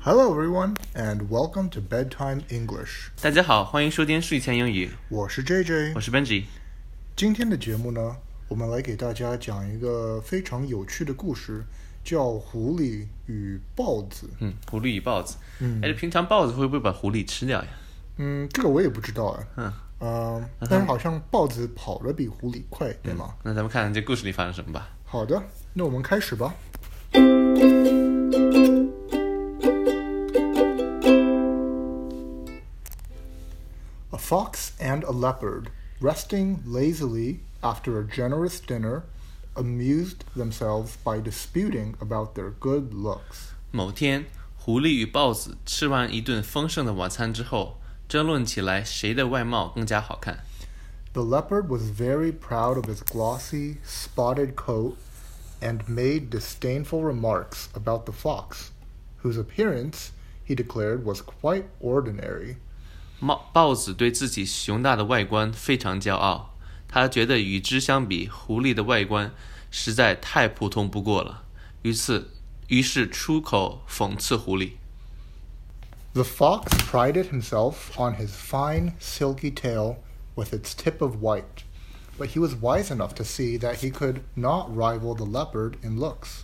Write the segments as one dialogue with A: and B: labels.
A: Hello everyone and welcome to bedtime English。
B: 大家好，欢迎收听睡前英语，
A: 我是
B: 我
A: JJ。
B: 是 Benji。
A: 今天的节目呢，我们来给大家讲一个非常有趣的故事，叫《狐狸与豹子》。
B: 嗯，狐狸与豹子。
A: 嗯
B: 哎，这平常豹子会不会把狐狸吃掉呀？
A: 嗯，这个我也不知道哎。
B: 嗯。
A: 呃，但是好像豹子跑得比狐狸快，对吗？
B: 那咱们看看这故事里发生什么吧。
A: 好的，那我们开始吧。A fox and a leopard, resting lazily after a generous dinner, amused themselves by disputing about their good looks.
B: 某天，狐狸与豹子吃完一顿丰盛的晚餐之后，争论起来谁的外貌更加好看。
A: The leopard was very proud of his glossy, spotted coat and made disdainful remarks about the fox, whose appearance, he declared, was quite ordinary.
B: 猫豹子对自己雄大的外观非常骄傲，他觉得与之相比，狐狸的外观实在太普通不过了。于是，于是出口讽刺狐狸。
A: The fox prided himself on his fine, silky tail with its tip of white, but he was wise enough to see that he could not rival the leopard in looks.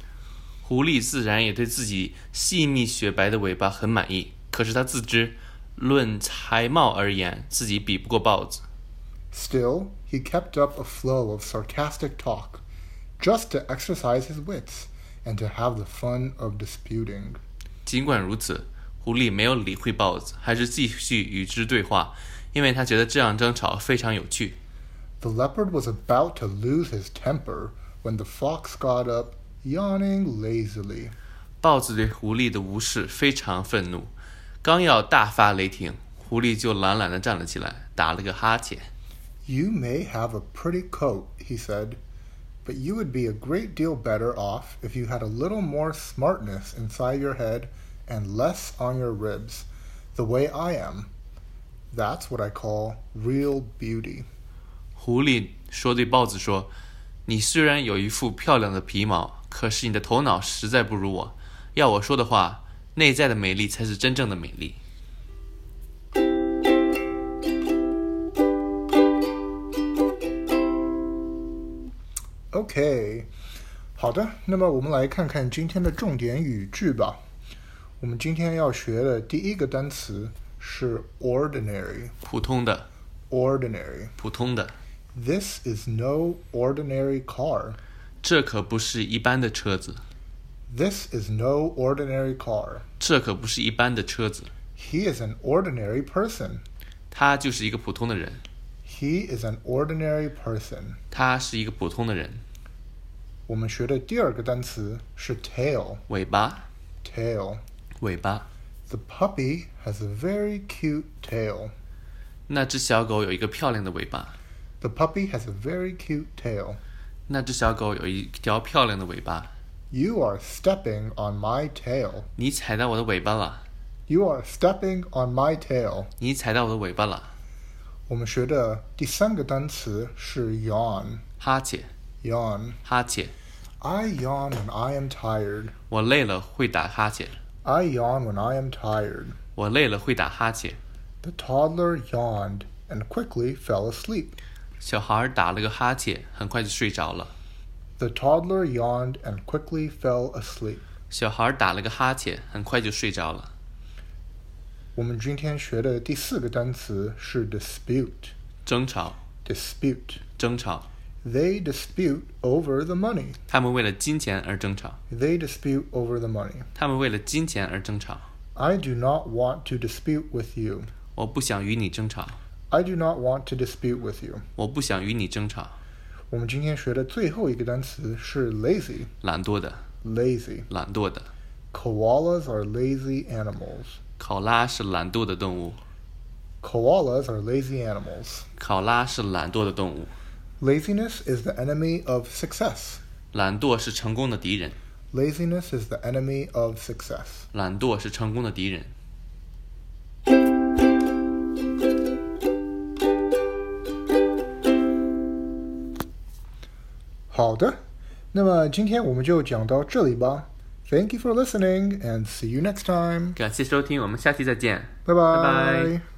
B: 狐狸自然也对自己细密雪白的尾巴很满意，可是它自知，论才貌而言，自己比不过豹子。
A: Still, he kept up a flow of sarcastic talk, just to exercise his wits and to have the fun of disputing.
B: 尽管如此，狐狸没有理会豹子，还是继续与之对话，因为他觉得这样争吵非常有趣。
A: The leopard was about to lose his temper when the fox got up, yawning lazily.
B: 豹子对狐狸的无视非常愤怒，刚要大发雷霆，狐狸就懒懒地站了起来，打了个哈欠。
A: You may have a pretty coat, he said, but you would be a great deal better off if you had a little more smartness inside your head and less on your ribs, the way I am. That's what I call real beauty.
B: 狐狸说对豹子说：“你虽然有一副漂亮的皮毛，可是你的头脑实在不如我。要我说的话，内在的美丽才是真正的美丽。
A: OK，好的，那么我们来看看今天的重点语句吧。我们今天要学的第一个单词是 ordinary。
B: 普通的，
A: Ordinary.
B: 普通的，
A: This is no ordinary car.
B: 这可不是一般的车子，
A: This is no ordinary car.
B: 这可不是一般的车子。
A: He is an ordinary person.
B: 他就是一个普通的人，
A: He is an ordinary person.
B: 他是一个普通的人。
A: 我们学的第二个单词是 tail.
B: 尾巴，
A: Tail.
B: 尾巴。
A: The puppy has a very cute tail.
B: 那只小狗有一个漂亮的尾巴，
A: The puppy has a very cute tail.
B: 那只小狗有一条漂亮的尾巴。
A: You are stepping on my tail.
B: 你踩到我的尾巴了，
A: You are stepping on my tail.
B: 你踩到我的尾巴了。
A: 我们学的第三个单词是 yawn.
B: 哈欠，
A: Yawn.
B: 哈欠。
A: I yawn when I am tired.
B: 我累了会打哈欠，
A: I yawn when I am tired.
B: 我累了会打哈欠。
A: The toddler yawned and quickly fell asleep.
B: 小孩儿打了个哈欠，很快就睡着了。
A: The toddler yawned and quickly fell asleep.
B: 小孩儿打了个哈欠，很快就睡着了。
A: 我们今天学的第四个单词是 dispute.
B: 争吵，
A: Dispute.
B: 争吵，
A: They dispute over the money.
B: 他们为了金钱而争吵，
A: They dispute over the money.
B: 他们为了金钱而争吵。
A: I do not want to dispute with you.
B: 我不想与你争吵，
A: I do not want to dispute with you.
B: 我不想与你争吵。
A: 我们今天学的最后一个单词是 lazy.
B: 懒惰的，
A: Lazy.
B: 懒惰的。
A: Koalas are lazy animals.
B: 考拉是懒惰的动物，
A: Koalas are lazy animals.
B: 考拉是懒惰的动物。
A: Laziness is the enemy of success.
B: 懒惰是成功的敌人，
A: Laziness is the enemy of success.
B: 懒惰是成功的敌人。
A: 好的，那么今天我们就讲到这里吧。 Thank you for listening and see you next time.
B: 感谢收听，我们下期再见。
A: 拜
B: 拜
A: 拜
B: 拜